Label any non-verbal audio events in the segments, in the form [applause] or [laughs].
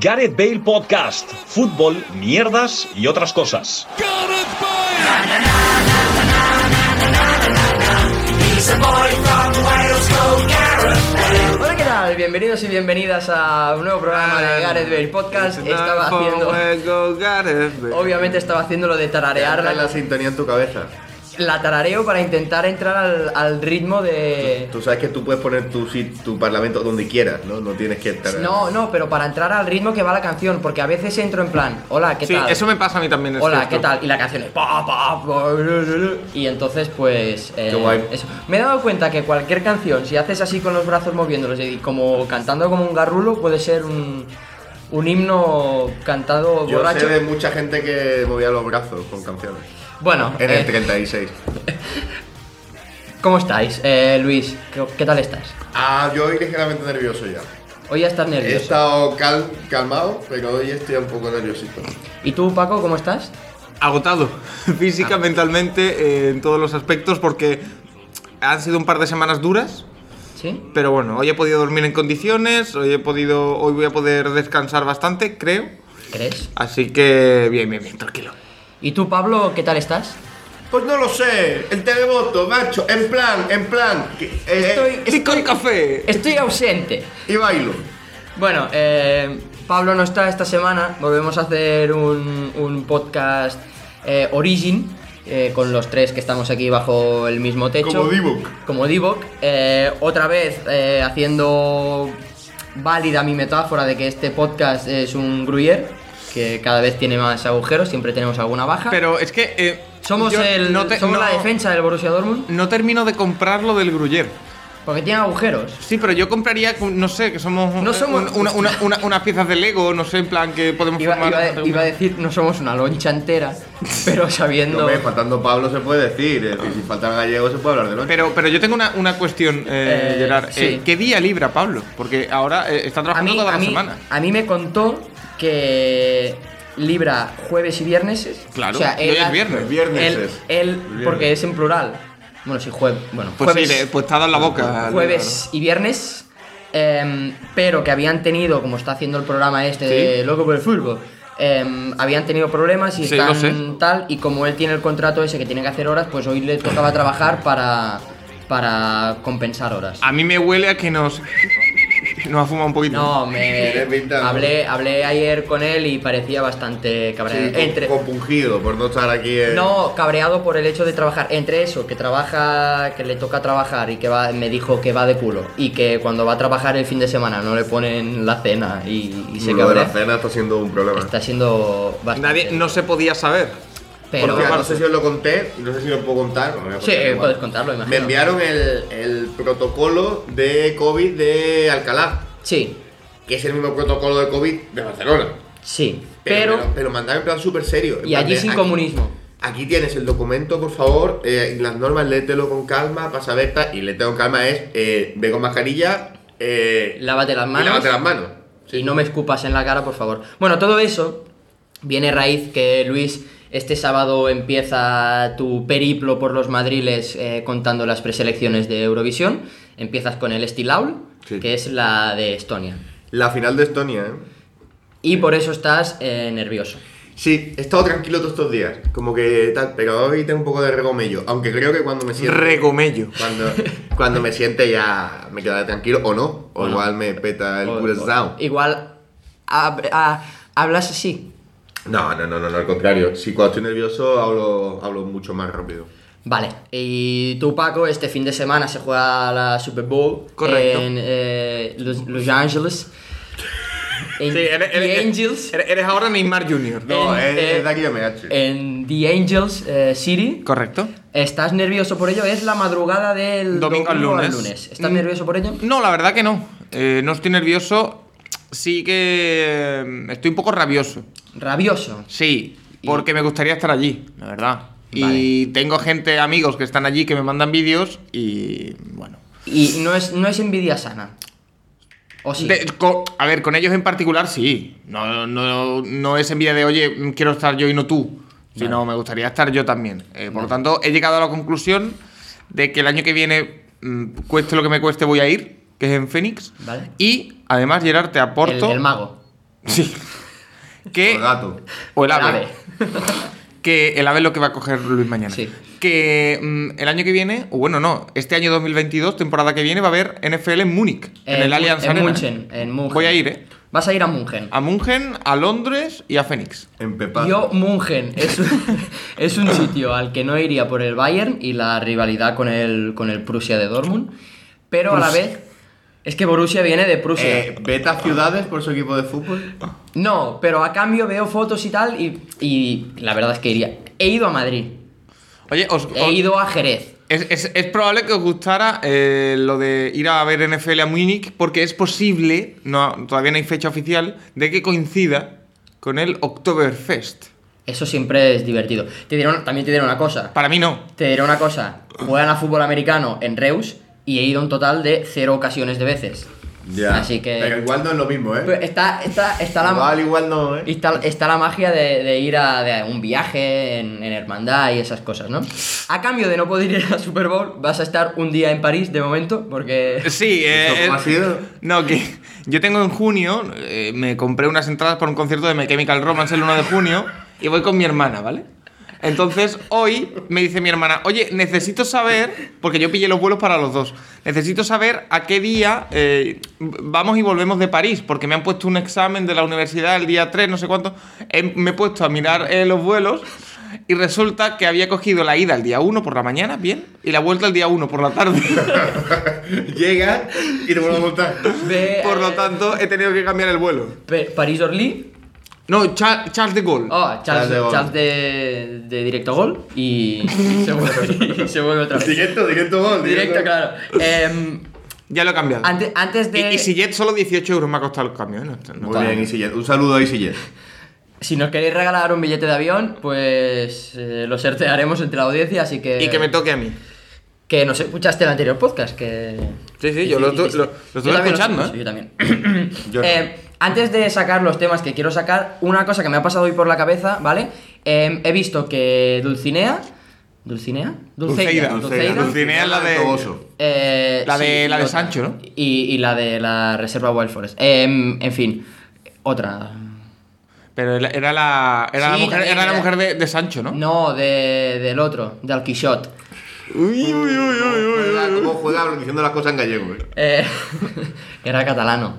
Gareth Bale Podcast, fútbol, mierdas y otras cosas. Hola, ¿qué tal? Bienvenidos y bienvenidas a un nuevo programa de Gareth Bale Podcast. Estaba haciendo, [laughs] obviamente estaba haciendo lo de Ahora la tararearla. sintonía en tu cabeza. La tarareo para intentar entrar al, al ritmo de... Tú sabes que tú puedes poner tu, sit- tu parlamento donde quieras, ¿no? No tienes que estar. No, no, pero para entrar al ritmo que va la canción, porque a veces entro en plan, hola, ¿qué Sí, tal? eso me pasa a mí también. es Hola, cierto. ¿qué tal? Y la canción es pa, pa, pa, bla, bla, bla. Y entonces, pues. eh, Qué guay. eso. Me he dado cuenta que cualquier canción, si haces así con los brazos moviéndolos y como cantando como un garrulo, puede ser un, un himno cantado Yo sé borracho. de mucha gente que movía los brazos con canciones. Bueno, En eh, el 36. ¿cómo estáis, Eh, Luis? ¿Qué, qué tal estás? Ah, yo hoy ligeramente nervioso ya. Hoy ya estás He nervioso. estado cal- calmado, pero hoy estoy un poco nerviosito. ¿Y tú, Paco, cómo estás? Agotado, [laughs] Ah. física, mentalmente, eh, en todos los aspectos, porque han sido un par de semanas duras. ¿Sí? Pero bueno, hoy he podido dormir en condiciones, hoy he podido, hoy voy a poder descansar bastante, creo. ¿Crees? Así que bien, bien, bien, tranquilo. ¿Y tú, Pablo, qué tal estás? Pues no lo sé, el televoto, macho, en plan, en plan. que- eh, eh, Estoy- ¡Y con café! Estoy ausente. Y bailo. Bueno, eh, Pablo no está esta semana. Volvemos a hacer un, un podcast eh, Origin eh, con los tres que estamos aquí bajo el mismo techo. Como Divock. Como Divock. Eh, otra vez eh, haciendo válida mi metáfora de que este podcast es un Gruyere, que cada vez tiene más agujeros, siempre tenemos alguna baja. Pero es que. eh, somos yo el, no te- somos no- la defensa del Borussia Dortmund No termino de comprar lo del gruyer. porque tiene agujeros. Sí, pero yo compraría, no sé, que somos, No somos- un- una- una- una- unas piezas de Lego, no sé, en plan que podemos Iba, formar. iba a- iba a decir, no somos una loncha entera, [laughs] pero sabiendo... No, me faltando Pablo se puede decir. Es decir, si falta el gallego se puede hablar de noche. Pero, pero yo tengo una, una cuestión, eh, Eh, Gerard. sí. Eh, ¿Qué día libra Pablo? Porque ahora eh, está A trabajando mí, toda a la mí- semana. a mí me contó que Libra jueves y viernes. Claro, o sea, y hoy él- es viernes. Viernes Él, es. él- Viernes. porque es en plural. Bueno, sí, jueves. Bueno, Pues jueves, sí, le- pues te ha dado en la boca. jueves y viernes. em, pero que habían tenido, como está haciendo el programa este de Loco por el Fútbol, em, habían tenido problemas y Sí, lo sé. están tal. Y como él tiene el contrato ese que tiene que hacer horas, pues hoy le tocaba trabajar para, para compensar horas. A mí me huele a que nos. Nos ha fumado un poquito. [laughs] No, me Tiene pinta, ¿no? hablé, hablé ayer con él y parecía bastante Sí, cabreado. con- Entre- compungido por no estar aquí en. no, cabreado por el hecho de trabajar. Entre eso, que trabaja, que le toca trabajar y que va, me dijo que va de culo. Y que cuando va a trabajar el fin de semana no le ponen la cena y, y se Lo de la cabrea. cena está siendo un problema. Está siendo bastante. Nadie, no se podía saber. Pero Porque no sé si os lo conté, no sé si lo puedo contar. lo voy a Sí, contar igual. puedes contarlo, imagino. Me enviaron el, el protocolo de COVID de Alcalá, Sí, que es el mismo protocolo de COVID de Barcelona. sí. Pero, pero, me mandaron en plan súper serio. en y plan allí de, sin aquí- comunismo. Aquí tienes el documento, por favor, eh, y las normas, léetelo con calma para saber tal. Y léetelo con calma es, eh, ve con mascarilla eh, Lávate las manos. y lávate las manos. Y no me escupas en la cara, por favor. Bueno, todo eso viene raíz que Luis este sábado empieza tu periplo por los madriles eh, contando las preselecciones de Eurovisión. Empiezas con el Stilaul, Sí. que es la de Estonia. La final de Estonia, ¿eh? Y por eso estás eh, nervioso. Sí, he estado tranquilo todos estos días, como que tal, pero hoy tengo un poco de regomello, aunque creo que cuando me siente... Regomello. Cuando, cuando me siente ya me quedaré tranquilo, o no, o O no. igual me peta el O- curazao. o- Igual hab- a- hablas así. No, no, no, no, no, al contrario, si cuando estoy nervioso hablo, hablo mucho más rápido. Vale, y tú Paco, este fin de semana se juega la Super Bowl Correcto. en eh, Los, Los Ángeles. En Sí, eres, The eres- Angels. eres- eres ahora Neymar Jr. No, En- es, eh, es de aquí de MH. En The Angels eh, City. ¿Correcto? ¿Estás nervioso por ello? Es la madrugada del Domingo al lunes. ¿Estás Mm. nervioso por ello? No, la verdad que no. Eh, no estoy nervioso. Sí que. eh, Estoy un poco rabioso. Rabioso. Sí, porque me gustaría estar allí, la verdad. Y Vale. tengo gente, amigos que están allí que me mandan vídeos y bueno. Y no es, no es envidia sana. ¿O sí? De- co- a ver, con ellos en particular sí. No, no, no es envidia de, oye, mm, quiero estar yo y no tú, sino me gustaría estar yo también. Eh, por lo tanto, he llegado a la conclusión de que el año que viene, mm, cueste lo que me cueste, voy a ir, que es en Phoenix. Vale. Y además, Gerard, te El, aporto... el mago. Sí. Que, El gato. o el ave. Grave. Que el ave es lo que va a coger Luis mañana. Sí. Que mm, el año que viene, o bueno, no, este año 2022, temporada que viene, va a haber NFL en Múnich, en el Allianz Eh, en Arena. München, en München. Voy a ir, ¿eh? Vas a ir a München. A München, a Londres y a Phoenix. En Pepa. Yo, München, es un, [laughs] es un sitio al que no iría por el Bayern y la rivalidad con el, con el Prusia de Dortmund, pero a la vez es que Borussia viene de Prusia. Eh, vete a ciudades por su equipo de fútbol. No, pero a cambio veo fotos y tal y, y la verdad es que iría. He ido a Madrid, Oye, os, os- he ido a Jerez. es, es- es probable que os gustara eh, lo de ir a ver NFL a Múnich, porque es posible, no, todavía no hay fecha oficial, de que coincida con el Oktoberfest. Eso siempre es divertido. Te diré una- también te diré una cosa. Para mí no. Te diré una cosa. Juegan a fútbol americano en Reus y he ido un total de cero ocasiones de veces. Así que... Pero igual no es lo mismo, Pero ¿eh? está, está, está la... Igual, igual no, ¿eh? Y está, está la magia de, de ir a de un viaje en, en hermandad y esas cosas, ¿no? A cambio de no poder ir a Super Bowl, vas a estar un día en París de momento, porque. Sí, eh, ¿Esto cómo eh, ha [laughs] sido? No, que yo tengo en junio, eh, me compré unas entradas para un concierto de My Chemical Romance el 1 de junio y voy con mi hermana, ¿vale? Entonces hoy me dice mi hermana, oye, necesito saber, porque yo pillé los vuelos para los dos, necesito saber a qué día eh, vamos y volvemos de París, porque me han puesto un examen de la universidad el día 3, no sé cuánto, He- me he puesto a mirar eh, los vuelos y resulta que había cogido la ida el día 1 por la mañana, bien, y la vuelta el día 1 por la tarde. [laughs] Llega y te vuelve a montar. Ve- eh, Por lo tanto, he tenido que cambiar el vuelo. Pe- París Orly. No, Cha- Charles de Gaulle. Oh, Charles, Charles de Gaulle. Charles de, de directo gol y se vuelve, y se vuelve otra vez. Directo, directo gol. Directo, claro. Em, Ya lo he cambiado. ante- antes Y, de. y si Jet solo 18 euros me ha costado el cambio. ¿eh? No, no- Muy bien, EasyJet. Un saludo a EasyJet. si nos queréis regalar un billete de avión, pues eh, lo sortearemos entre la audiencia, así que. Y que me toque a mí. Que nos escuchaste el anterior podcast, que... Sí, sí, yo lo tu- lo- lo Yo estuve también escuchando, escuché, ¿eh? Yo también. Yo no. Eh, antes de sacar los temas que quiero sacar, una cosa que me ha pasado hoy por la cabeza, ¿vale? Eh, he visto que Dulcinea... ¿Dulcinea? Dulceida. Dulceida. Dulcinea es la de- Toboso. Eh, La de- la de y otra. Sancho, ¿no? Y, y la de la Reserva Wild Forest. Eh, en fin, otra... Pero era- era la, era la Sí, mujer, también era la era- mujer de, de Sancho, ¿no? No, de- del otro, del Quixote. Uy, uy, uy, uy, uy. Juega- ¿Cómo juega diciendo las cosas en gallego? eh? Eh, [laughs] era catalano.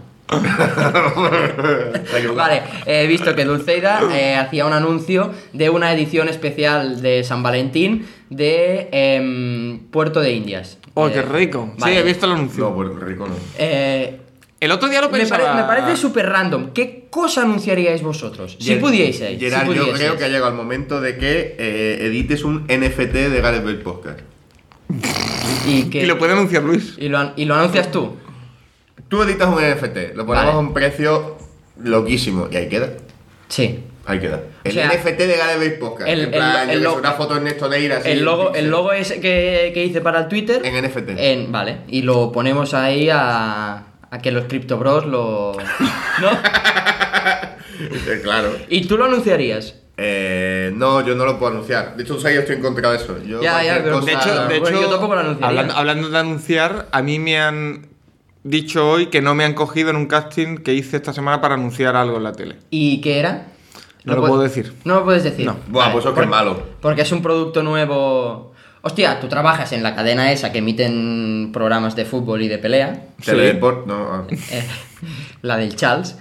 Está equivocado. Vale, he visto que [coughs] Dulceida eh, hacía un anuncio de una edición especial de San Valentín de em, Puerto de Indias. Oh, Eh, qué rico. vale. Sí, he visto el anuncio. No, pues rico no. Eh, El otro día lo me, pensaba. pare- me parece súper random. ¿Qué cosa anunciaríais vosotros? Si Ger- pudieseis. si Gerard, yo pudieseis. creo que ha llegado el momento de que eh, edites un NFT de Gareth Bale Podcast. Y, que- Y lo puede anunciar Luis. y lo an- y lo anuncias tú. Tú editas un NFT, lo ponemos Vale. a un precio loquísimo y ahí queda. Sí. Ahí queda. El sea, NFT de Gareth Bale Podcast. el- en plan, el- yo el que sé, logo- una foto de Ernesto Neira así, el logo, pixel. el logo ese que, que hice para el Twitter. En NFT. en- vale. Y lo ponemos ahí a, a que los Crypto Bros lo. [laughs] ¿No? Eh, [laughs] claro. Y tú lo anunciarías. Eh, no, yo no lo puedo anunciar. De hecho, tú sabes que yo estoy en contra de eso. Yo Ya, cualquier ya, pero- cosa- De hecho, de Bueno, hecho, yo tampoco lo anunciaría. Hablando, hablando de anunciar, a mí me han dicho hoy que no me han cogido en un casting que hice esta semana para anunciar algo en la tele. ¿Y qué era? No lo puedo- puedo decir. No lo puedes decir. No. Buah, pues eso que por- es malo. Porque es un producto nuevo. Hostia, tú trabajas en la cadena esa que emiten programas de fútbol y de pelea, Teleport, no. ah. eh, la del Charles,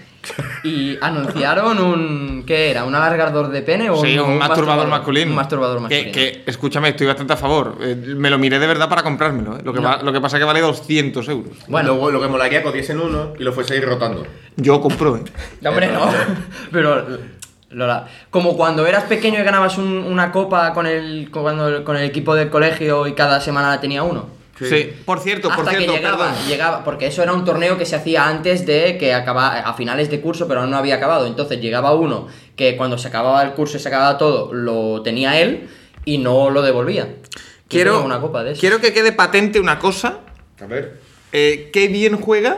y anunciaron un. ¿Qué era? ¿Un alargador de pene o Sí, un, masturbador masculino. Un masturbador masculino. Que, que, escúchame, estoy bastante a favor. Eh, me lo miré de verdad para comprármelo. eh. Lo, que va- lo que pasa es que vale 200 euros. [laughs] Bueno, Luego, lo que molaría que diesen uno y lo fuese ir rotando. Yo compro, eh. no, hombre, no. [laughs] Pero. Lola, como cuando eras pequeño y ganabas un- una copa con el, cuando- con el equipo del colegio y cada semana tenía uno. Sí. Sí. Por cierto, Hasta por cierto, que llegaba, perdón. llegaba, porque eso era un torneo que se hacía antes de que acaba a finales de curso, pero aún no había acabado. Entonces llegaba uno que cuando se acababa el curso y se acababa todo, lo tenía él y no lo devolvía. Yo Quiero, tengo una copa de eso. quiero que quede patente una cosa. A ver. Eh, qué bien juega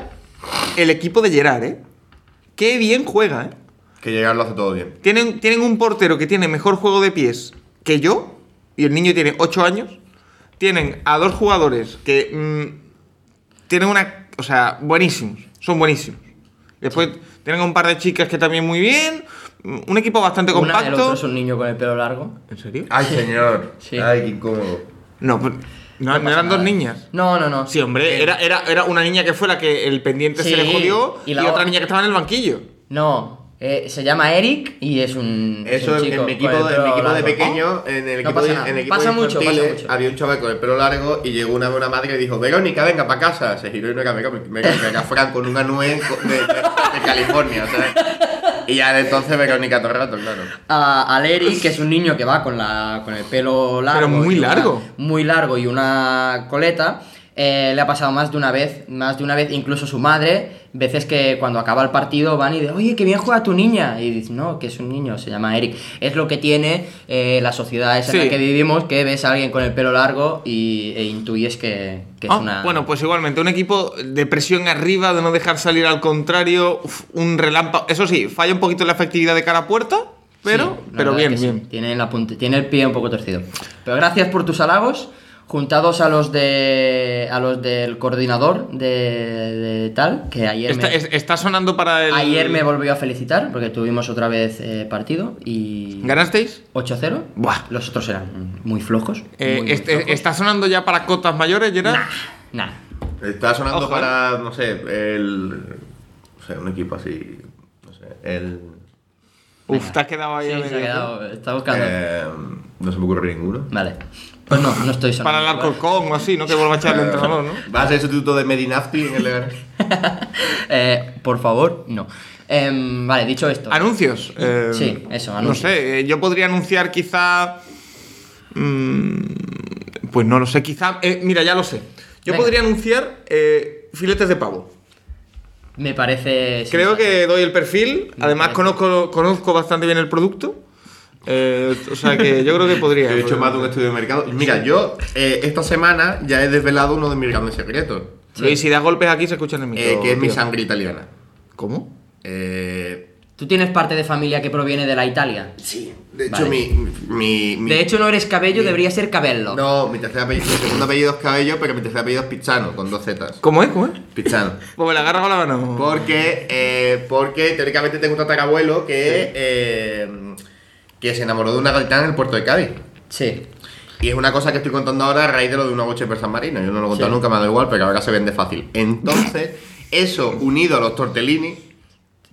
el equipo de Gerard, eh. Qué bien juega, eh. Que llegar lo hace todo bien. Tienen, tienen un portero que tiene mejor juego de pies que yo, y el niño tiene 8 años. Tienen a dos jugadores que mm, tienen una. O sea, buenísimos. Son buenísimos. Después tienen un par de chicas que también muy bien. mm, Un equipo bastante Una, el compacto. otro es un niño con el pelo largo. ¿En serio? Ay, señor. Sí. Ay, qué incómodo. No, pues, no, no pasa eran dos nada. niñas. No, no, no. Sí, hombre, Eh, era, era, era una niña que fue la que el pendiente Sí, se le jodió y y, la otra otra. niña que estaba en el banquillo. No, eh, se llama Eric y es un. es Eso un en, chico mi equipo, con el en mi pelo equipo de largo. pequeño, en el No equipo, pasa de- nada. en el equipo Pasa de mucho, pasa infantiles, mucho. había un chaval con el pelo largo y llegó una, una madre y dijo, Verónica, venga para casa. Se giró y no era Verónica, Verónica, era Fran con una nuez co- de, de- de California. o sea. Y ya de entonces Verónica todo el rato, claro. a, al Eric, que es un niño que va con, la, con el pelo largo. Pero muy y una- largo. muy largo y una coleta. eh, le ha pasado más de una vez, más de una vez, incluso su madre, veces que cuando acaba el partido van y dicen, oye, qué bien juega tu niña. Y dice, no, que es un niño, se llama Eric. Es lo que tiene eh, la sociedad esa en Sí. la que vivimos, que ves a alguien con el pelo largo y, e intuyes que, que es Ah, una... Bueno, pues igualmente, un equipo de presión arriba, de no dejar salir al contrario, uf, un relámpago. Eso sí, falla un poquito la efectividad de cara a puerta, pero, Sí, la pero verdad bien, que sí. bien. Tiene, la punta- tiene el pie un poco torcido. Pero gracias por tus halagos, juntados a los de a los del coordinador de, de tal, que ayer, Está, me, es- está sonando para el. ayer me volvió a felicitar porque tuvimos otra vez eh, partido y ¿Ganasteis? 8-0. Buah. Los otros eran muy flojos. Eh, muy, muy este- flojos. ¿Está sonando ya para cotas mayores, Gerard? Nah, nah. Está sonando Ojo, ¿eh? para, no sé, el. No sé, un equipo así. No sé, el. Uf, te has quedado ahí. Sí, a se ha medio. quedado- está buscando. eh, no se me ocurre ninguno. Vale. Pues no, no estoy Para el sonando. Alcorcón o así, ¿no? Que vuelva a echar el entrenador, ¿no? Va a ser sustituto de Medinafti en el [laughs] Leganés. Eh, por favor, no. Em, vale, dicho esto. Anuncios. eh, Sí, eso, No anuncios. sé, eh, yo podría anunciar quizá. mm, pues no lo sé, quizá. eh, mira, ya lo sé. Yo Venga. podría anunciar eh, filetes de pavo. Me parece. Creo sensato. que doy el perfil. Me Además, parece. conozco, conozco bastante bien el producto. Eh, o sea que yo creo que [laughs] podría. Yo he hecho podría. más de un estudio de mercado. Mira, yo eh, esta semana ya he desvelado uno de mis grandes secretos, Luis, si das golpes aquí se escuchan en el micro. eh, que es mi tío. sangre italiana. ¿Cómo? Eh, Tú tienes parte de familia que proviene de la Italia. sí, de hecho Vale. mi, mi, mi- De hecho, no eres cabello, debería ser cabello. No, mi tercer apellido, mi segundo apellido es Cabello, pero mi tercer apellido es Pizzano, con dos Zetas. ¿Cómo es? ¿Cómo es? Pizzano. Pues la agarra con la mano. Porque, eh, porque teóricamente tengo un tatarabuelo que, eh, que se enamoró de una gaditana en el puerto de Cádiz. Sí. Y es una cosa que estoy contando ahora a raíz de lo de una boche de San Marino. Yo no lo he contado Sí. nunca, me da igual, pero ahora se vende fácil. Entonces, eso unido a los tortellini,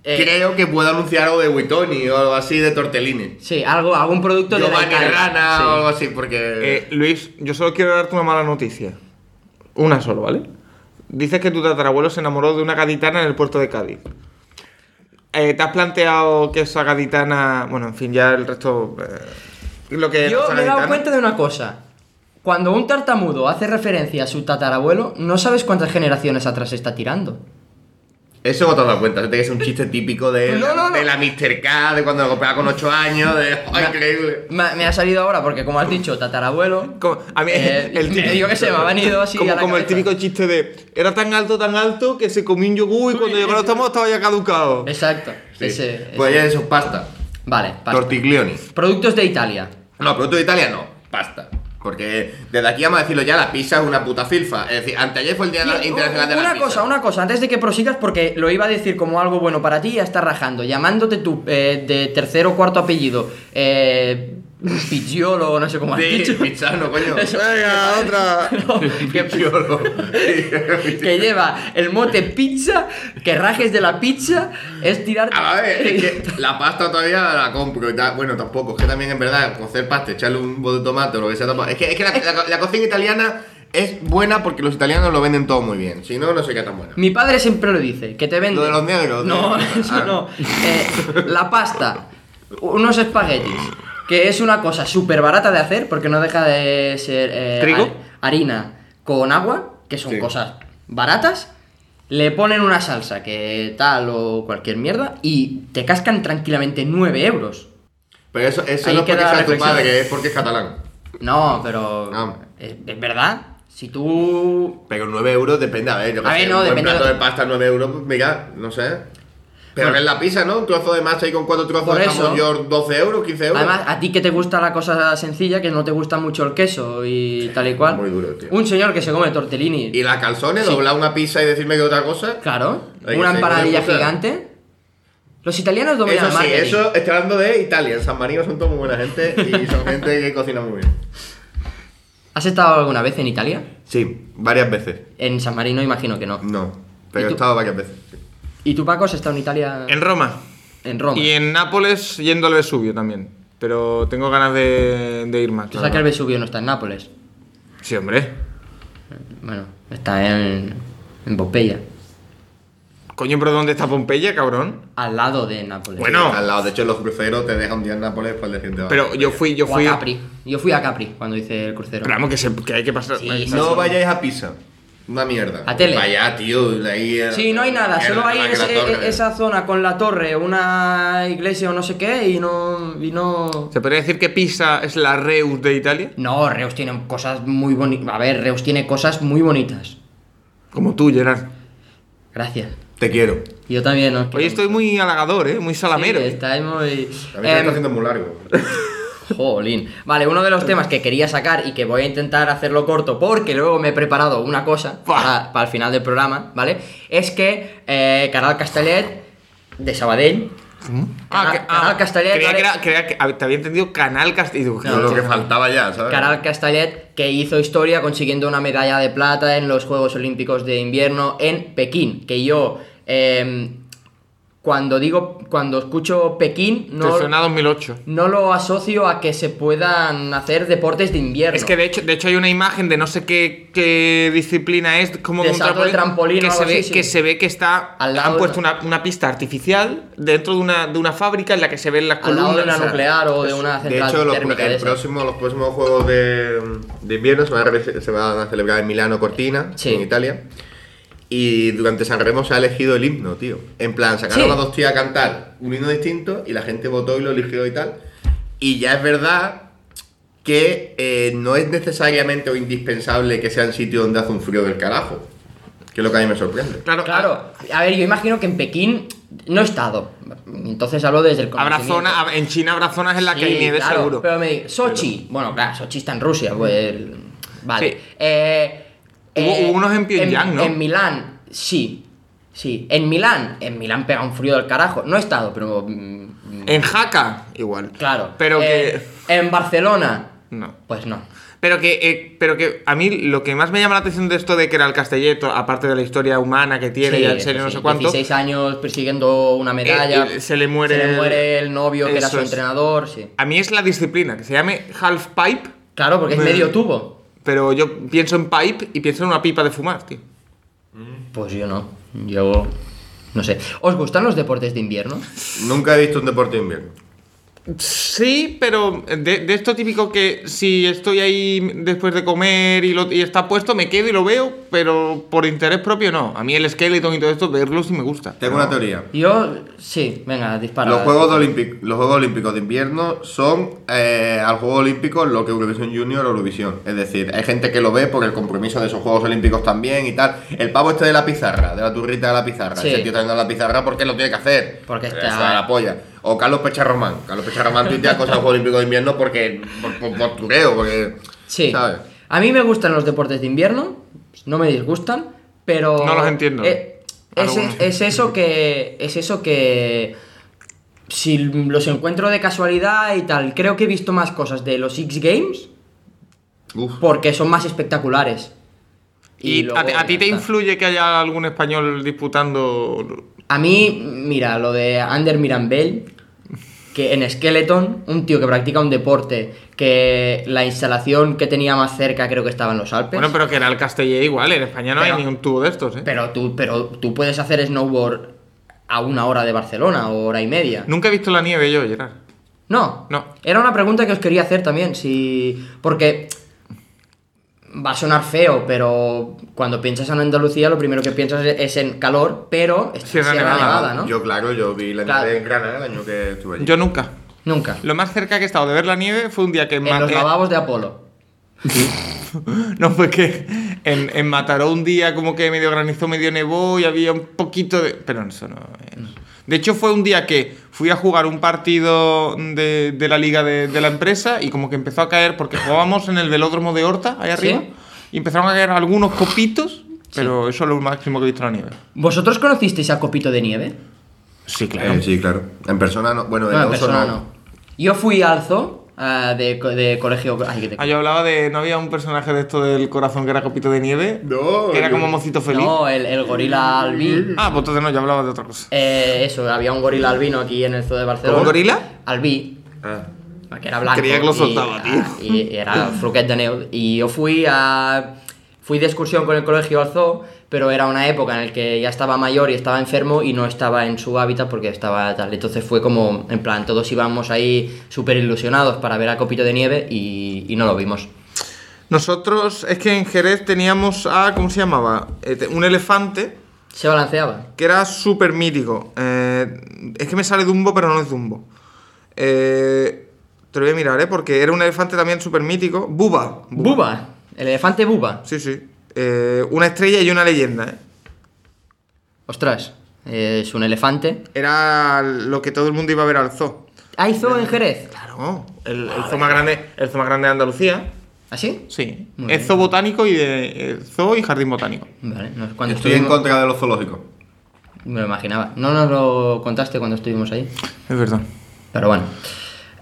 Eh, creo que puedo anunciar algo de Witoni o algo así de tortellini. Sí, algo, algún producto de la Giovanni Italia. Rana Sí. o algo así, porque... Eh, Luis, yo solo quiero darte una mala noticia. Una solo, ¿vale? Dices que tu tatarabuelo se enamoró de una gaditana en el puerto de Cádiz. Eh, ¿Te has planteado que esa gaditana... Bueno, en fin, ya el resto... eh, lo que Yo esa me he dado gaditana- cuenta de una cosa. Cuando un tartamudo hace referencia a su tatarabuelo, no sabes cuántas generaciones atrás está tirando. Eso no te has dado cuenta, este que es un chiste típico de, No, no, no. de la Mr. K, de cuando lo compraba con 8 años, de... ¡Ay, increíble! Me, me ha salido ahora porque, como has dicho, tatarabuelo. Como- a mí- eh, [laughs] [laughs] el- yo qué sé, me ha venido así. como a la como el cabeza. típico chiste de... Era tan alto, tan alto, que se comió un yogur y cuando llegó a los tomos estaba ya caducado. Exacto. Sí. ese- ese. Pues ya eso es pasta. Vale, pasta. Tortiglioni. Productos de Italia. No, producto de Italia no, pasta. Porque desde aquí vamos a decirlo ya, la pizza es una puta filfa. Es decir, anteayer fue el Día Tío, Internacional de la una Pizza. cosa, una cosa, antes de que prosigas, porque lo iba a decir como algo bueno para ti, ya está rajando, llamándote tú eh, de tercer o cuarto apellido, eh, [laughs] Picciolo, o no sé cómo has [laughs] Sí, dicho, pizzano, coño. Eso. Venga, [laughs] otra. No, que, Pizzolo. [laughs] que lleva el mote pizza, que rajes de la pizza, es tirar... A ver, es que la pasta todavía la compro y tal. Bueno, tampoco, es que también en verdad, cocer pasta, echarle un bol de tomate o lo que sea. tampoco- Es que, es que la, la- la cocina italiana es buena porque los italianos lo venden todo muy bien. Si no, no sería tan buena. Mi padre siempre lo dice, que te vende... Lo de los negros, No, ¿no? [laughs] eso Ah. no. Eh, la pasta, unos espaguetis, que es una cosa súper barata de hacer porque no deja de ser... eh, ¿Trigo? ha- harina con agua, que son Sí. cosas baratas. Le ponen una salsa que tal o cualquier mierda y te cascan tranquilamente 9 euros. Pero eso, eso Ahí no es porque queda la sea tu reflexión. padre, es porque es catalán. No, pero... No. Es, es verdad. Si tú... Pero 9 euros depende, a ver, yo qué A sé, ver, no, un buen depende plato de- de pasta 9 euros, pues mira, no sé. Pero que es la pizza, ¿no? Un trozo de masa ahí con cuatro trozos Por de eso. jamón york, 12 euros, 15 euros. Además, a ti que te gusta la cosa sencilla, que no te gusta mucho el queso y tal y cual. muy duro, tío. Un señor que se come tortellini. ¿Y la calzones? Sí. ¿Doblar una pizza y decirme que otra cosa? Claro, Hay que una ser empanadilla cosa. gigante. Los italianos Eso dominan sí, el marketing. eso estoy hablando de Italia. En San Marino son todos muy buena gente y son gente que cocina muy bien. ¿Has estado alguna vez en Italia? Sí, varias veces. En San Marino imagino que no. No, ¿Y pero he tú? estado varias veces. ¿Y tú, Paco, has estado en Italia? En Roma. en Roma. Y en Nápoles yendo al Vesubio también. Pero tengo ganas de, de ir más. Tú la sabes que el verdad. Vesubio no está en Nápoles. Sí, hombre. Bueno, está en, en Pompeya. Coño, pero ¿dónde está Pompeya, cabrón? Al lado de Nápoles. Bueno. No. Al lado, de hecho, los cruceros te dejan un día en Nápoles pues, para el día siguiente. Pero yo fui, Yo yo fui. fui a Capri. Yo fui a Capri cuando hice el crucero. Pero vamos, que, se- que hay que pasar. Sí, hay que sí. pasar. No vayáis a Pisa. Una mierda. A tele. Vaya, tío. Ahí era- Sí, no hay nada, era solo hay la que la ese- e-, torre. esa zona con la torre, una iglesia o no sé qué y no... Y no... ¿Se podría decir que Pisa es la Reus de Italia? No, Reus tiene cosas muy bonitas. A ver, Reus tiene cosas muy bonitas. Como tú, Gerard. Gracias. Te quiero. Yo también, ¿no? Hoy estoy muy halagador, ¿eh? Muy salamero. Sí, estáis A muy... mí se me Em, está haciendo muy largo. Jolín. Vale, uno de los temas que quería sacar y que voy a intentar hacerlo corto porque luego me he preparado una cosa Buah. para, para el final del programa, ¿vale? Es que eh, Canal Castellet de Sabadell. ¿Mm? Canal, Canal Castellet. Ah, creía ¿vale? que era- creía que- a ver, te había entendido Canal Castellet. Digo, No, lo sí. que faltaba ya, ¿sabes? Canal Castellet que hizo historia consiguiendo una medalla de plata en los Juegos Olímpicos de Invierno en Pekín. Que yo. eh, cuando digo. Cuando escucho Pekín, no, no. suena a 2008. No lo asocio a que se puedan hacer deportes de invierno. Es que de hecho, de hecho hay una imagen de no sé qué, qué disciplina es, como de un Desató de trampolín trampolín, o que, algo se ve, así, sí. que se ve que está Al lado han de puesto una- una, una pista artificial dentro de una, de una fábrica en la que se ven las al lado columnas. de una o sea, pues, nuclear o de una De central hecho, los, térmica el de esas. próximo, los próximos juegos de, de invierno se van, a, realiz- se van a celebrar en Milano Cortina, Sí. en Italia. Y durante San Remo se ha elegido el himno, tío. En plan, sacaron Sí. a dos tías a cantar un himno distinto y la gente votó y lo eligió y tal. Y ya es verdad que eh, no es necesariamente o indispensable que sea un sitio donde hace un frío del carajo. Que es lo que a mí me sorprende. Claro, ah, Claro, a ver, yo imagino que en Pekín no he estado. Entonces hablo desde el Habrá conocimiento. zonas, hab- en China habrá zonas en las que hay Sí, nieve claro, seguro. Pero me di- Sochi. Bueno, claro, Sochi está en Rusia, pues. el- Vale. Sí. Eh, Hubo- eh, hubo unos en Pyongyang, ¿no? En Milán, sí. Sí. En Milán, en Milán pega un frío del carajo. No he estado, pero. mm, En Jaca, igual. Claro. Eh, Pero Eh, En Barcelona, que. No. pues no. Pero que, eh, pero que a mí lo que más me llama la atención de esto de que era el Castelletto, aparte de la historia humana que tiene, Sí, ya en eso serio no sí, sé cuánto, 16 años persiguiendo una medalla. Eh, y se le muere se el- muere el novio que era Eso su es. entrenador. Sí. a mí es la disciplina, que se llame half pipe, Claro, porque es Me- medio tubo. pero yo pienso en pipe y pienso en una pipa de fumar, tío. Pues yo no. Yo. No sé. ¿Os gustan los deportes de invierno? Nunca he visto un deporte de invierno. Sí, pero de, de esto típico que si estoy ahí después de comer y, lo, y está puesto, me quedo y lo veo, pero por interés propio no. A mí el skeleton y todo esto, verlo sí me gusta. Tengo una teoría. Yo. Sí, venga, dispara. Los Juegos, de Olimpi- los Juegos Olímpicos de invierno son eh, al Juego Olímpico lo que Eurovisión Junior o Eurovisión. Es decir, hay gente que lo ve por el compromiso de esos Juegos Olímpicos también y tal. El pavo este de la pizarra, de la turrita de la pizarra. Sí. Ese tío también de la pizarra porque lo tiene que hacer. Porque Eso está- da la polla. O Carlos Pecharromán. Carlos Pecharromán tuitea cosas al Juego Olímpico de invierno porque. por, por, por tureo, porque. Sí. ¿Sabes? A mí me gustan los deportes de invierno. No me disgustan, pero. No los entiendo. Eh, es, Algunos. es eso que. Es eso que. Si los encuentro de casualidad y tal, creo que he visto más cosas de los X Games Uf. porque son más espectaculares. ¿Y, luego a, ti- a ti ya te está. influye que haya algún español disputando A mí, mira, lo de Ander Mirambel, que en Skeleton, un tío que practica un deporte, que la instalación que tenía más cerca creo que estaba en los Alpes. Bueno, pero que era el Castellé igual, en España no Pero- hay ni un tubo de estos, ¿eh? Pero tú, pero tú puedes hacer snowboard a una hora de Barcelona o hora y media. No. Nunca he visto la nieve yo, Gerard. No. No. Era una pregunta que os quería hacer también, si. Porque. Va a sonar feo, pero cuando piensas en Andalucía lo primero que piensas es en calor, pero está Sierra en Sierra Nevada. Nevada, ¿no? Yo, claro, yo vi la Claro. nieve en Granada el año que estuve allí. Yo nunca. Nunca. Lo más cerca que he estado de ver la nieve fue un día que En los eh, lavabos de Apolo. [laughs] no, fue que en, en Mataró un día como que medio granizó, medio nevó y había un poquito de... Pero eso no es... De hecho fue un día que fui a jugar un partido de, de la liga de, de la empresa y como que empezó a caer porque jugábamos en el velódromo de Horta, ahí arriba, y empezaron a caer algunos copitos, pero eso es lo máximo que he visto en la nieve. ¿Vosotros conocisteis a Copito de Nieve? Sí, Eh, sí, claro. En persona no. Bueno, en Bueno, en el oso persona no. no. Yo fui al zoo ah, de, co- de colegio. ay, que te- Ah, yo hablaba de. ¿No había un personaje de esto del corazón que era copito de nieve? No, Que era yo- como mocito feliz. no, el, el gorila albí. Ah, pues entonces no, yo hablaba de otra cosa. Eh, eso, había un gorila albino aquí en el zoo de Barcelona. ¿Un gorila? Albí. Ah. Que era blanco. Creía que lo soltaba, y, tío. ah, Y, y era fruquet de neu. Y yo fui a. Fui de excursión con el colegio al zoo, pero era una época en la que ya estaba mayor y estaba enfermo y no estaba en su hábitat porque estaba tal. Entonces fue como, en plan, todos íbamos ahí súper ilusionados para ver a Copito de Nieve y, y no lo vimos. Nosotros, es que en Jerez teníamos a. ¿Cómo se llamaba? Eh, te- un elefante Se balanceaba. que era súper mítico. Eh, es que me sale Dumbo, pero no es Dumbo. Eh, te lo voy a mirar, ¿eh? Porque era un elefante también súper mítico. Buba. Buba, el elefante Buba. Sí, sí. Eh, una estrella y una leyenda, ¿eh? Ostras, eh, es un elefante. Era lo que todo el mundo iba a ver al zoo. ¿Hay zoo en Jerez? Claro, el, el zoo más grande, el zoo más grande de Andalucía. ¿Así? Sí. Muy es bien. zoo botánico y de eh, zoo y jardín botánico. Vale, no, cuando Estoy en estuvimos- contra de los zoológicos. Me lo imaginaba. No nos lo contaste cuando estuvimos ahí. Es verdad. Pero bueno.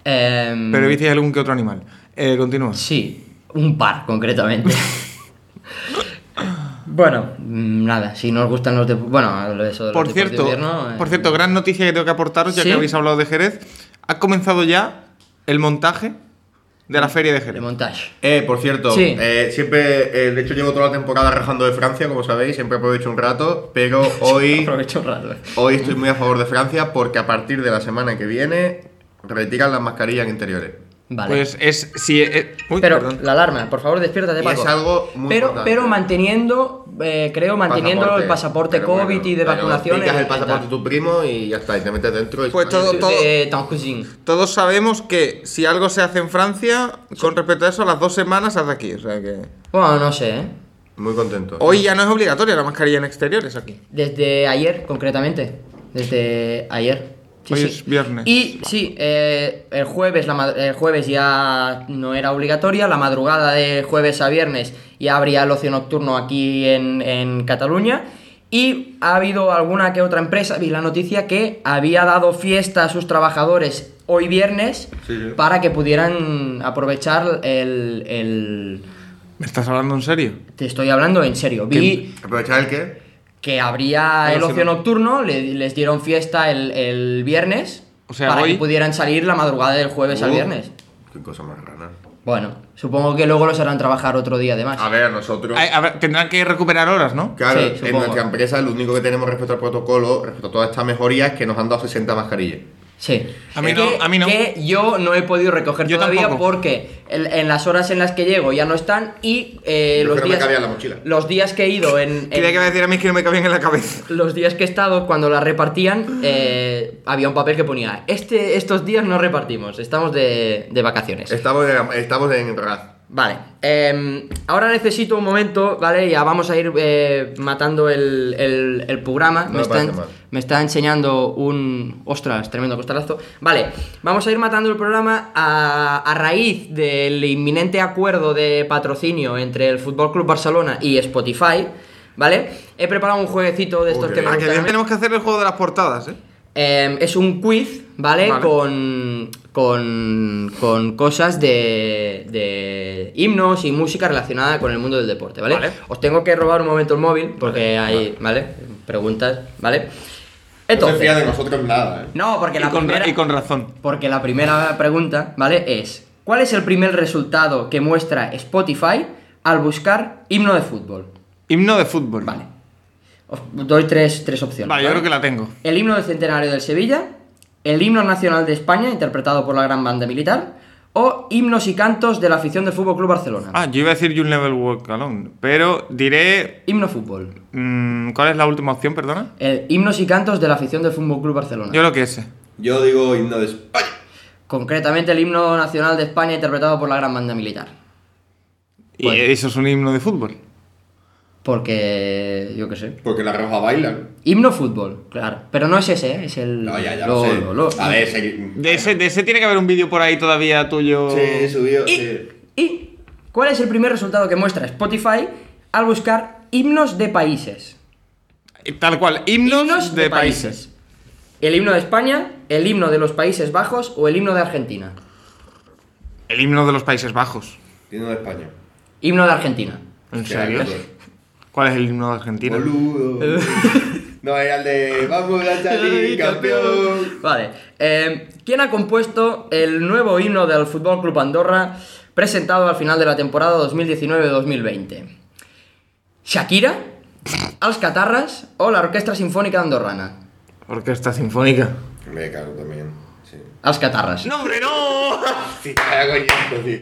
Em, Pero viste algún que otro animal. Eh, continúa. Sí, un par concretamente. bueno, mm, nada, si no os gustan los deportes. Bueno, lo de eso de los Por deportes de cierto, invierno, eh, por cierto, gran noticia que tengo que aportaros ya ¿Sí? que habéis hablado de Jerez. Ha comenzado ya el montaje de la feria de De Jerez. montaje. Eh, por cierto, Sí. eh, siempre, eh, de hecho llevo toda la temporada rajando de Francia, como sabéis, siempre aprovecho un rato, [laughs] pero hoy, Aprovecho un rato. eh. hoy estoy muy a favor de Francia porque a partir de la semana que viene retiran las mascarillas en interiores. Vale. Pues es si eh, uy, pero perdón. la alarma, por favor, despiértate, Y Paco. es algo muy pero, importante. pero manteniendo, eh, creo, manteniendo el pasaporte pero COVID bueno, y de pero vacunaciones. Picas el y pasaporte tal. de tu primo y ya está, y te metes dentro y... Pues todo- De- todo- de Tom Cousin. Todos sabemos que si algo se hace en Francia, con respecto a eso, a las dos semanas hasta aquí. O sea que Bueno, no sé, ¿eh? Muy contento. hoy ya no es obligatoria la mascarilla en exteriores aquí. Desde ayer, concretamente. Desde ayer. Hoy es viernes. Y sí, eh, el, jueves, la ma- el jueves ya no era obligatoria. La madrugada de jueves a viernes ya habría el ocio nocturno aquí en, en Cataluña. Y ha habido alguna que otra empresa, vi la noticia, que había dado fiesta a sus trabajadores hoy viernes Sí, sí. para que pudieran aprovechar el, el- ¿Me estás hablando en serio? Te estoy hablando en serio. Vi ¿Aprovechar el qué? que habría Pero el si ocio no- nocturno, le- les dieron fiesta el, el viernes O sea, para hoy- que pudieran salir la madrugada del jueves al Uh, Pues viernes. Qué cosa más rara. Bueno, supongo que luego los harán trabajar otro día además. A ver, nosotros... Ay, a ver, tendrán que recuperar horas, ¿no? Claro, Sí, en supongo. nuestra empresa lo único que tenemos respecto al protocolo, respecto a toda esta mejoría, es que nos han dado 60 mascarillas. Sí. A mí Es no, que- a mí no. Que yo no he podido recoger Yo todavía tampoco. porque el- en, las horas en las que llego ya no están y eh, Yo los, creo que me días, cabía en la mochila. los días que he ido en... Quería en- que me decir a mí que no me cabían en la cabeza. Los días que he estado, cuando las repartían, eh, había un papel que ponía, este, estos días no repartimos, estamos de, de vacaciones. Estamos en, estamos en Raz. Vale, em, ahora necesito un momento, ¿vale? Ya vamos a ir eh, matando el, el- el No programa. me, me está parece en- mal. me está enseñando un... Ostras, tremendo costalazo. Vale, vamos a ir matando el programa a, a raíz del inminente acuerdo de patrocinio entre el Fútbol Club Barcelona y Spotify, ¿¿vale? He preparado un jueguecito de estos Uy, que me ah, Que gustan a bien mí. tenemos que hacer el juego de las portadas, ¿eh? Eh, es un quiz, ¿vale? Vale. Con, con, con cosas de, de himnos y música relacionada con el mundo del deporte, ¿vale? Vale. Os tengo que robar un momento el móvil porque hay, ¿vale? Preguntas, ¿vale? No se fía Entonces, de nosotros nada, ¿eh? no, porque Y la con, ra- primera... y con razón. Porque la primera pregunta, ¿vale? Es, ¿cuál es el primer resultado que muestra Spotify al buscar himno de fútbol? Himno de fútbol. Vale. Os doy tres, tres opciones. Vale, yo creo que la tengo. El himno del centenario del Sevilla, el himno nacional de España, interpretado por la gran banda militar, o himnos y cantos de la afición del Fútbol Club Barcelona. Ah, yo iba a decir You'll Never Walk Alone, pero diré... Himno fútbol. mm, ¿Cuál es la última opción, perdona? El himnos y cantos de la afición del Fútbol Club Barcelona. Yo creo que ese. Yo digo himno de España. Concretamente el himno nacional de España, interpretado por la gran banda militar. Y Bueno. eso es un himno de fútbol. Porque, yo qué sé. Porque la roja baila. Himno fútbol, claro. Pero no es ese, ¿eh? es el... No, ya, ya lo- lo sé. lo- lo- A ver, segui- De ese, de ese tiene que haber un vídeo por ahí todavía tuyo. Sí, subió, Y, sí. y, ¿cuál es el primer resultado que muestra Spotify al buscar himnos de países? Tal cual, himnos, de, países. El himno de España, el himno de los Países Bajos o el himno de Argentina. El himno de los Países Bajos. Tiene de España. Himno de Argentina. ¿En Hostia, serio? ¿Cuál es el himno de Argentina? Boludo. [laughs] No, era el de Vamos [laughs] la Chalí, campeón. Vale. eh, ¿Quién ha compuesto el nuevo himno del Fútbol Club Andorra presentado al final de la temporada 2019-2020? ¿Shakira? ¿Als Catarras o la Orquesta Sinfónica Andorrana? Orquesta Sinfónica. Me cago también. Sí. Als Catarras. ¡No, hombre, no! Sí, cada coñazo, sí.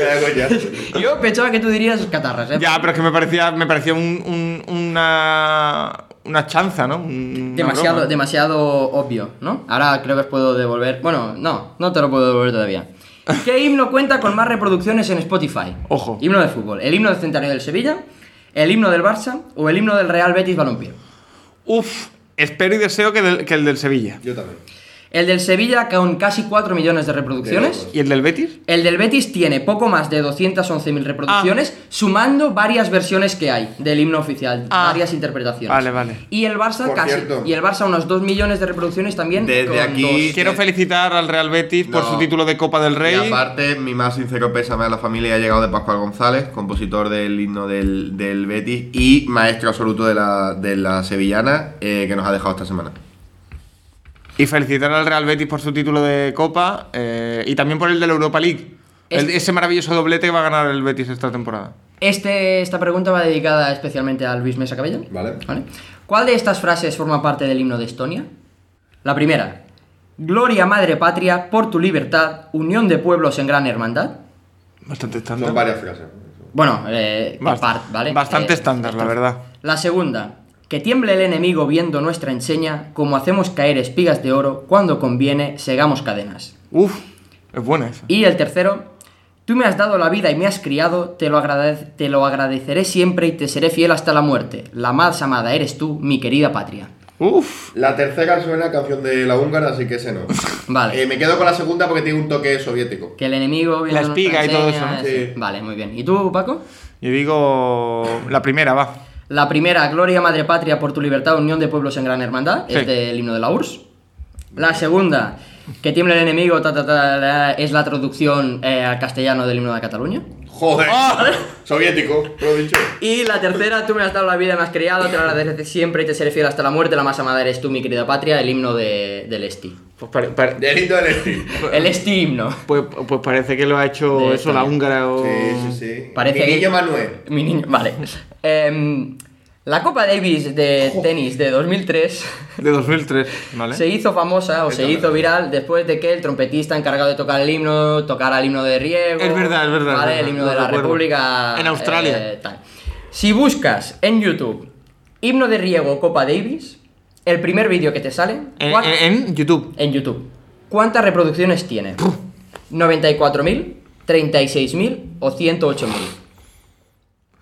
Cada [laughs] coñazo. Yo pensaba que tú dirías Catarras, ¿eh? ya, pero es que me parecía, me parecía un, un- una, una chanza, ¿no? Un- una Demasiado, broma. demasiado obvio, ¿no? Ahora creo que os puedo devolver. Bueno, no, no te lo puedo devolver [laughs] todavía. ¿Qué himno cuenta con más reproducciones en Spotify? Ojo. Himno de fútbol. ¿El himno del Centenario del Sevilla? ¿El himno del Barça? ¿O el himno del Real Betis Balompié? Uf, espero y deseo que, del- que el del Sevilla. Yo también. El del Sevilla con casi 4 millones de reproducciones. De ¿Y el del Betis? El del Betis tiene poco más de 211.000 reproducciones, sumando varias versiones que hay del himno oficial, Ah. varias interpretaciones. Vale, vale. Y el Barça Por casi. cierto. Y el Barça unos 2 millones de reproducciones también. Desde con aquí- dos- Quiero felicitar al Real Betis por No. su título de Copa del Rey. Y aparte, mi más sincero pésame a la familia ha llegado de Pascual González, compositor del himno del, del Betis y maestro absoluto de la, de la sevillana eh, que nos ha dejado esta semana. Y felicitar al Real Betis por su título de Copa eh, y también por el de la Europa Legue. Es- El- ese maravilloso doblete que va a ganar el Betis esta temporada. Este, esta pregunta va dedicada especialmente a Luis Mesa Cabello. Vale. ¿Cuál de estas frases forma parte del himno de Estonia? La primera. Gloria madre patria, por tu libertad, unión de pueblos en gran hermandad. Bastante Son estándar. varias frases. Bueno, eh, Bast- par- ¿vale? bastante Eh, estándar, la verdad. La segunda. Que tiemble el enemigo viendo nuestra enseña, como hacemos caer espigas de oro, cuando conviene, segamos cadenas. Uf, es buena esa. Y el tercero, tú me has dado la vida y me has criado, te lo, agradez- te lo agradeceré siempre y te seré fiel hasta la muerte. La más amada eres tú, mi querida patria. Uf, La tercera suena canción de la húngara, así que ese no. Vale. Eh, me quedo con la segunda porque tiene un toque soviético. Que el enemigo... viene La con nuestra espiga y todo eso, enseña, ¿no? eh, Sí. Vale, muy bien. ¿Y tú, Paco? yo digo la primera, va. La primera, Gloria Madre Patria por tu libertad, unión de pueblos en gran hermandad, Sí. es del himno de la URSS. La segunda, que tiemble el enemigo, ta, ta, ta, la, es la traducción eh, al castellano del himno de Cataluña. Joder, Ah. soviético, lo he dicho. Y la tercera, tú me has dado la vida, me has criado, te lo agradeceré siempre y te seré fiel hasta la muerte. La más amada eres tú, mi querida patria, el himno de- del Esti. Pues, pare- pare- Del himno del estilo. El Esti himno. pues- pues parece que lo ha hecho De eso la España. húngara o... Sí, sí, sí. Oh. Parece Mi que- niño Manuel. Mi niño, vale. Em, la Copa Davis de tenis de 2003 De 2003, ¿vale? se hizo famosa o se hizo viral después de que el trompetista encargado de tocar el himno tocara el himno de Riego. Es verdad, es verdad, ¿vale? es el verdad, himno lo de la recuerdo. República. En Australia. eh, tal. Si buscas en YouTube himno de Riego Copa Davis, el primer vídeo que te sale. En, ¿cuál- en- en YouTube. en YouTube. ¿Cuántas reproducciones tiene? ¿94.000, 36.000 o 108.000?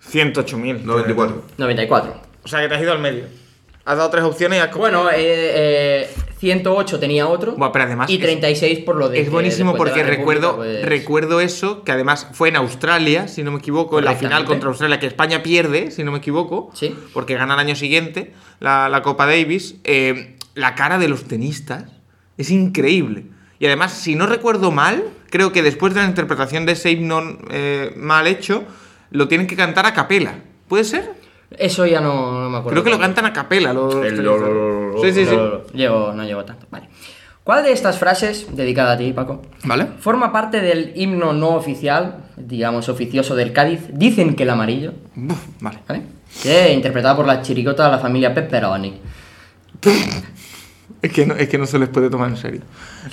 108.000. 94. 94. O sea que te has ido al medio. Has dado tres opciones y has... Bueno, eh, eh, 108 tenía otro. Buah, pero además y es- 36 por lo de. Es que buenísimo después de porque la recuerdo, República, pues, recuerdo eso, que además fue en Australia, si no me equivoco, en la final Correctamente. contra Australia, que España pierde, si no me equivoco, Sí. porque gana el año siguiente la, la Copa Davis. Eh, la cara de los tenistas es increíble. Y además, si no recuerdo mal, creo que después de la interpretación de ese himno eh, mal hecho, lo tienen que cantar a capela. ¿Puede ser? Eso ya no, no me acuerdo. Creo que lo cantan a capela los El tenistas. lo, lo, lo, lo, Sí, sí, sí. Llego- no llego tanto. Vale. ¿Cuál de estas frases, dedicada a ti, Paco, ¿Vale? forma parte del himno no oficial, digamos oficioso del Cádiz? Dicen que el amarillo. Buf, vale. ¿Vale? Que interpretada por la chiricota de la familia Pepperoni. Es que, no, es que no se les puede tomar en serio.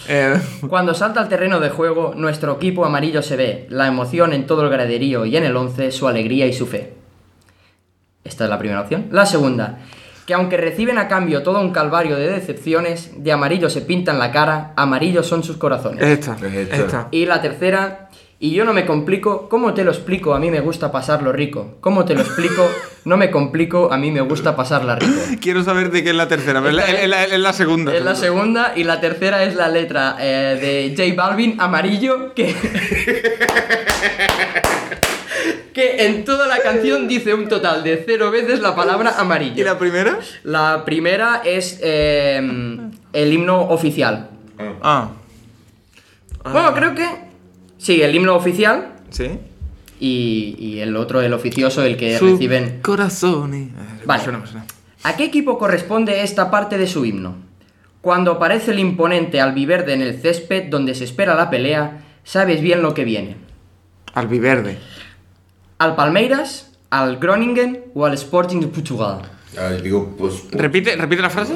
Eh, Cuando salta al terreno de juego, nuestro equipo amarillo se ve, la emoción en todo el graderío y en el once, su alegría y su fe. Esta es la primera opción. La segunda, que aunque reciben a cambio todo un calvario de decepciones, de amarillo se pintan la cara, amarillos son sus corazones. Es esta. Es esta. es esta. Y la tercera, Y yo no me complico, ¿cómo te lo explico? A mí me gusta pasarlo rico. ¿Cómo te lo explico? No me complico, a mí me gusta pasarla rico. Quiero saber de qué es la tercera, pero es la, es la- es la segunda. Es la seguro. segunda y la tercera es la letra eh, de J Balvin amarillo que... que en toda la canción dice un total de cero veces la palabra amarillo. ¿Y la primera? La primera es eh, el himno oficial. Ah, Bueno, creo que... Sí, el himno oficial sí. y, y el otro, el oficioso, el que Eh, reciben... Corazones. Vale. ¿A qué equipo corresponde esta parte de su himno? Cuando aparece el imponente albiverde en el césped donde se espera la pelea, sabes bien lo que viene. Albiverde. ¿Al Palmeiras, al Groningen o al Sporting de Portugal? A ver, digo, pues. ¿Repite, ¿Repite la frase?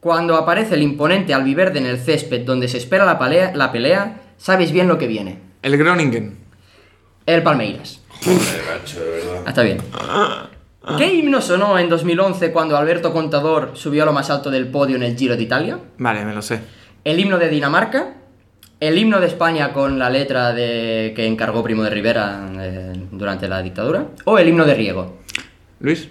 Cuando aparece el imponente albiverde en el césped donde se espera la pelea, la pelea sabes bien lo que viene. El Groningen. El Palmeiras. Joder, macho, de verdad. Ah, Está bien. ¿Qué himno sonó en 2011 cuando Alberto Contador subió a lo más alto del podio en el Giro de Italia? Vale, me lo sé. el himno de Dinamarca, el himno de España con la letra de que encargó Primo de Rivera eh, durante la dictadura, o el himno de Riego. Luis.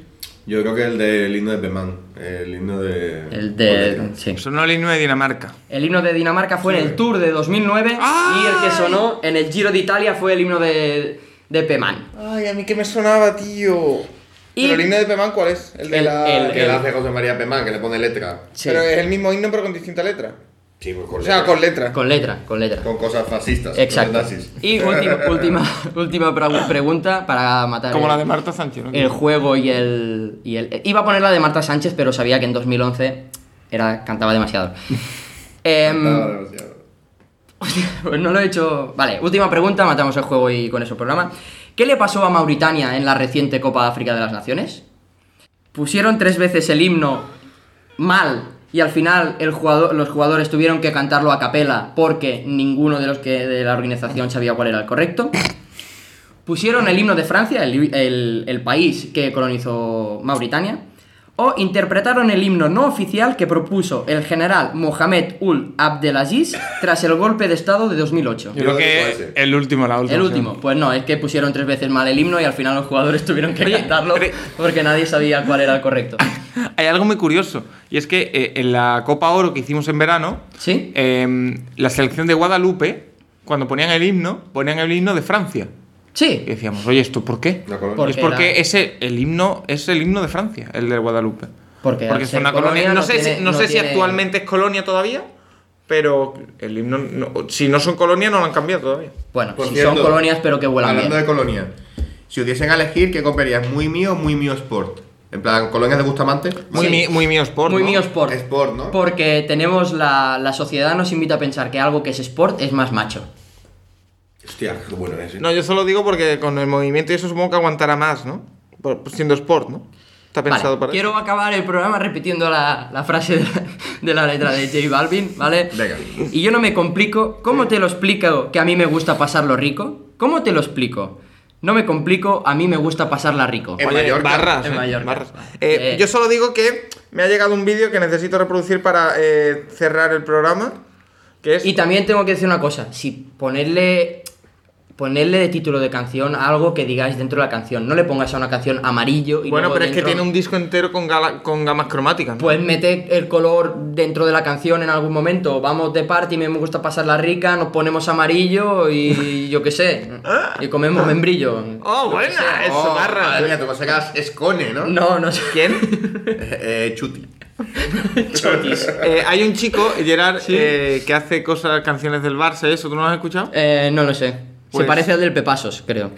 Yo creo que el del himno de Pemán. El himno de. El, de, sí. Sonó el himno de Dinamarca. el himno de Dinamarca fue en el Tour de 2009 y el que sonó en el Giro de Italia fue el himno de, de Pemán. Ay, a mí que me sonaba, tío. Y- ¿Pero el himno de Pemán cuál es? El de El- la. el- Que la hace José María Pemán, que le pone letra. Sí. Pero eh, es el mismo himno, pero con distinta letra. Sí, pues con O sea, con letra. Con letra, con letra. Con cosas fascistas. Exacto. con nazis. Y última, última, [laughs] última pregu- pregunta para matar Como el- la de Marta Sánchez. ¿no? el juego y el, y el- eh, Iba a poner la de Marta Sánchez, pero sabía que en 2011 era, cantaba demasiado. Em, Estaba demasiado. pues no lo he hecho... Vale, última pregunta, matamos el juego y con eso el programa. ¿Qué le pasó a Mauritania en la reciente Copa África de las Naciones? Pusieron tres veces el himno mal y al final el jugador- los jugadores tuvieron que cantarlo a capela porque ninguno de los que de la organización sabía cuál era el correcto. Pusieron el himno de Francia, el, el- el país que colonizó Mauritania, o interpretaron el himno no oficial que propuso el general Mohamed Ul Abdelaziz tras el golpe de Estado de 2008. Yo creo Yo que digo es ese. el último, la última. El opción. último, pues no, es que pusieron tres veces mal el himno y al final los jugadores tuvieron que Oye, cantarlo pero- porque nadie sabía cuál era el correcto. [laughs] Hay algo muy curioso. Y es que eh, en la Copa Oro que hicimos en verano, ¿Sí? eh, la selección de Guadalupe, cuando ponían el himno, ponían el himno de Francia. Y Sí. decíamos, oye, ¿esto por qué? La colonia. Por- Y es porque era- ese, el himno es el himno de Francia, el de Guadalupe. Porque al porque es ser una colonia. colonia No, no sé, tiene- si, no no sé si tiene- actualmente es colonia todavía, pero el himno. no- si no son colonia, no lo han cambiado todavía. Bueno, Por si cierto, son colonias pero que vuelan Hablando bien. de colonia, si hubiesen a elegir, ¿qué comprarías? ¿Muy mío o muy mío sport? En plan, ¿colonias de Bustamante? Muy, Sí. mi- muy mío sport. Muy ¿no? mío sport. Sport, ¿no? Porque tenemos la, la sociedad nos invita a pensar que algo que es sport es más macho. Hostia, qué bueno es. ¿eh? No, yo solo digo porque con el movimiento y eso supongo que aguantará más, ¿no? Por- siendo sport, ¿no? Está pensado Vale, para quiero eso. acabar el programa repitiendo la, la frase de la, de la letra de J Balvin, ¿vale? Venga. Y yo no me complico. ¿Cómo te lo explico que a mí me gusta pasarlo rico? ¿Cómo te lo explico? No me complico, a mí me gusta pasarla rico. En Oye, Mallorca. barras, En eh, Mallorca. barras. Eh, Eh. Yo solo digo que me ha llegado un vídeo que necesito reproducir para eh, cerrar el programa. Que es. Y también tengo que decir una cosa, si ponerle ponerle de título de canción algo que digáis dentro de la canción, no le pongas a una canción amarillo y bueno, luego pero es que dentro- tiene un disco entero con, gala- con gamas cromáticas. ¿no? Pues mete el color dentro de la canción en algún momento. Vamos de party, me gusta pasarla rica, nos ponemos amarillo y yo qué sé. Y comemos membrillo. ¡Oh, pues, buena! Eso, Oh, barra. Madre mía, tú vas a sacar Escone, ¿no? No, no sé. [laughs] ¿Quién? [laughs] Eh, eh, Chuti. Eh, hay un chico, Gerard, eh, que hace cosas, canciones del Barça y eso. ¿Tú no lo has escuchado? Eh, no lo sé. Pues- Se parece al del Pepasos, creo.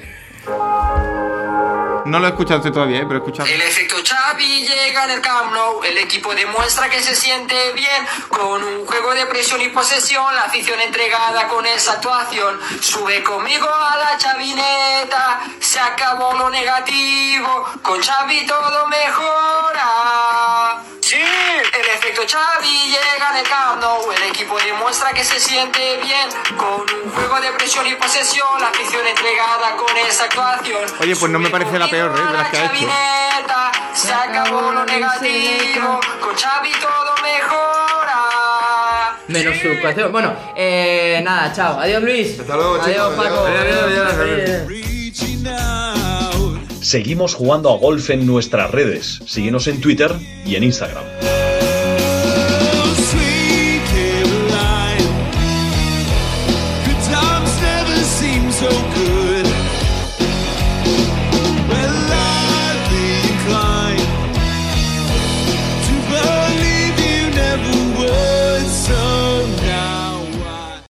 No lo he escuchado usted todavía, eh, pero he escuchado. El efecto Xavi llega en el Camp Nou, el equipo demuestra que se siente bien con un juego de presión y posesión, la afición entregada con esa actuación, sube conmigo a la chavineta, se acabó lo negativo, con Xavi todo mejora. Sí, el efecto Xavi llega en el Camp Nou, el equipo demuestra que se siente bien con un juego de presión y posesión, la afición entregada con esa actuación. Oye, pues no me parece la peor, ¿eh? de las que ha hecho. Chavineta, se acabó lo negativo, con Xavi todo mejora. menos su actuación. Bueno, eh, nada, chao. Adiós, Luis. Hasta luego, Adiós, chicos. Paco. Adiós, adiós, adiós. Seguimos jugando a golf en nuestras redes. Síguenos en Twitter y en Instagram.